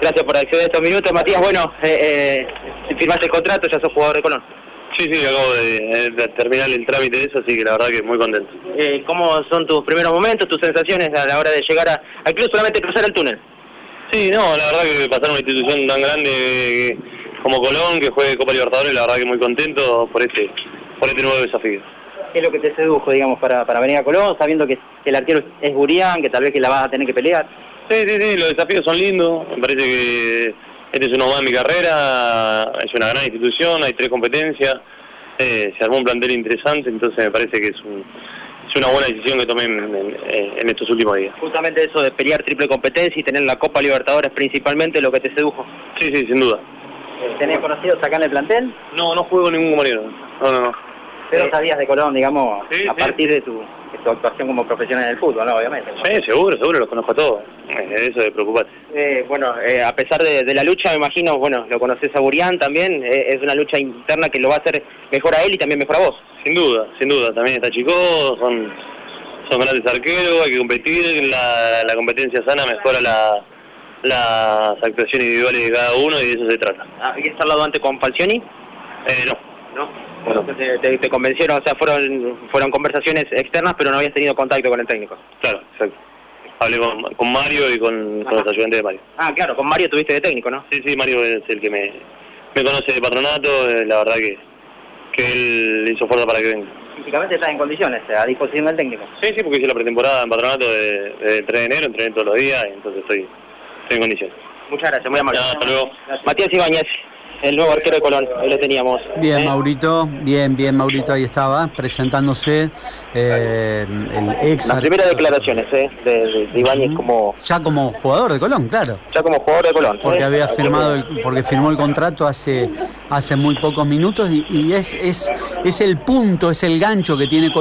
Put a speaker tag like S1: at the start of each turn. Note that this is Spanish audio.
S1: Gracias por acceder a estos minutos. Matías, bueno, eh, eh, firmaste el contrato, ya sos jugador de Colón.
S2: Sí, sí, acabo de, de terminar el trámite de eso, así que la verdad que muy contento.
S1: Eh, ¿Cómo son tus primeros momentos, tus sensaciones a la hora de llegar a, al club solamente cruzar el túnel?
S2: Sí, no, la verdad que pasar una institución tan grande como Colón, que juegue Copa Libertadores, la verdad que muy contento por este, por este nuevo desafío.
S1: ¿Qué es lo que te sedujo, digamos, para, para venir a Colón, sabiendo que el arquero es Gurián, que tal vez que la vas a tener que pelear?
S2: Sí, sí, sí, los desafíos son lindos, me parece que este es uno más de mi carrera, es una gran institución, hay tres competencias, eh, se armó un plantel interesante, entonces me parece que es, un- es una buena decisión que tomé en, en- en estos últimos días.
S1: Justamente eso de pelear triple competencia y tener la Copa Libertadores principalmente lo que te sedujo.
S2: Sí, sí, sin duda.
S1: Eh, ¿Tenés conocidos acá en el plantel?
S2: No, no juego con ningún compañero. No, no, no.
S1: Pero sabías de Colón, digamos,
S2: Sí,
S1: a
S2: sí.
S1: partir de tu, de tu actuación como profesional en el fútbol, ¿no? Obviamente.
S2: Sí, seguro, seguro, los conozco a todos. Eh, Eso de preocuparte.
S1: Eh, bueno, eh, a pesar de, de la lucha, me imagino, bueno, lo conoces a Burián también, eh, es una lucha interna que lo va a hacer mejor a él y también mejor a vos.
S2: Sin duda, sin duda. También está Chico, son, son grandes arqueros, hay que competir. La, la competencia sana mejora la- las actuaciones individuales de cada uno y de eso se trata.
S1: Ah, ¿Habías hablado antes con Falcioni?
S2: Eh, no,
S1: No.
S2: No.
S1: Te, te- te convencieron, o sea, fueron, fueron conversaciones externas, pero no habías tenido contacto con el técnico.
S2: claro, exacto. Hablé con, con Mario y con, con los
S1: Ajá.
S2: ayudantes de Mario.
S1: Ah, claro, con Mario tuviste de técnico, ¿no?
S2: Sí, sí, Mario es el que me, me conoce de patronato. eh, la verdad que, que él hizo fuerza para que venga.
S1: Físicamente estás en condiciones, a disposición del técnico.
S2: Sí, sí, porque hice la pretemporada en patronato de, de 3 de enero, entrené todos los días, y entonces estoy, estoy en condiciones.
S1: Muchas gracias, muy amable.
S2: Ya, hasta luego.
S1: Matías Ibáñez, el nuevo arquero de Colón, ahí lo teníamos.
S3: Bien,
S1: Eh,
S3: Maurito, bien, bien, Maurito, ahí estaba, presentándose eh, el ex.
S1: Las primeras declaraciones eh, de, de- de Ibáñez
S3: Ujú.
S1: como,
S3: Ya como jugador de Colón, claro.
S1: ya como jugador de Colón.
S3: Porque
S1: eh.
S3: había firmado el, porque firmó el contrato hace, hace muy pocos minutos y, y es, es, es el punto, es el gancho que tiene Colón.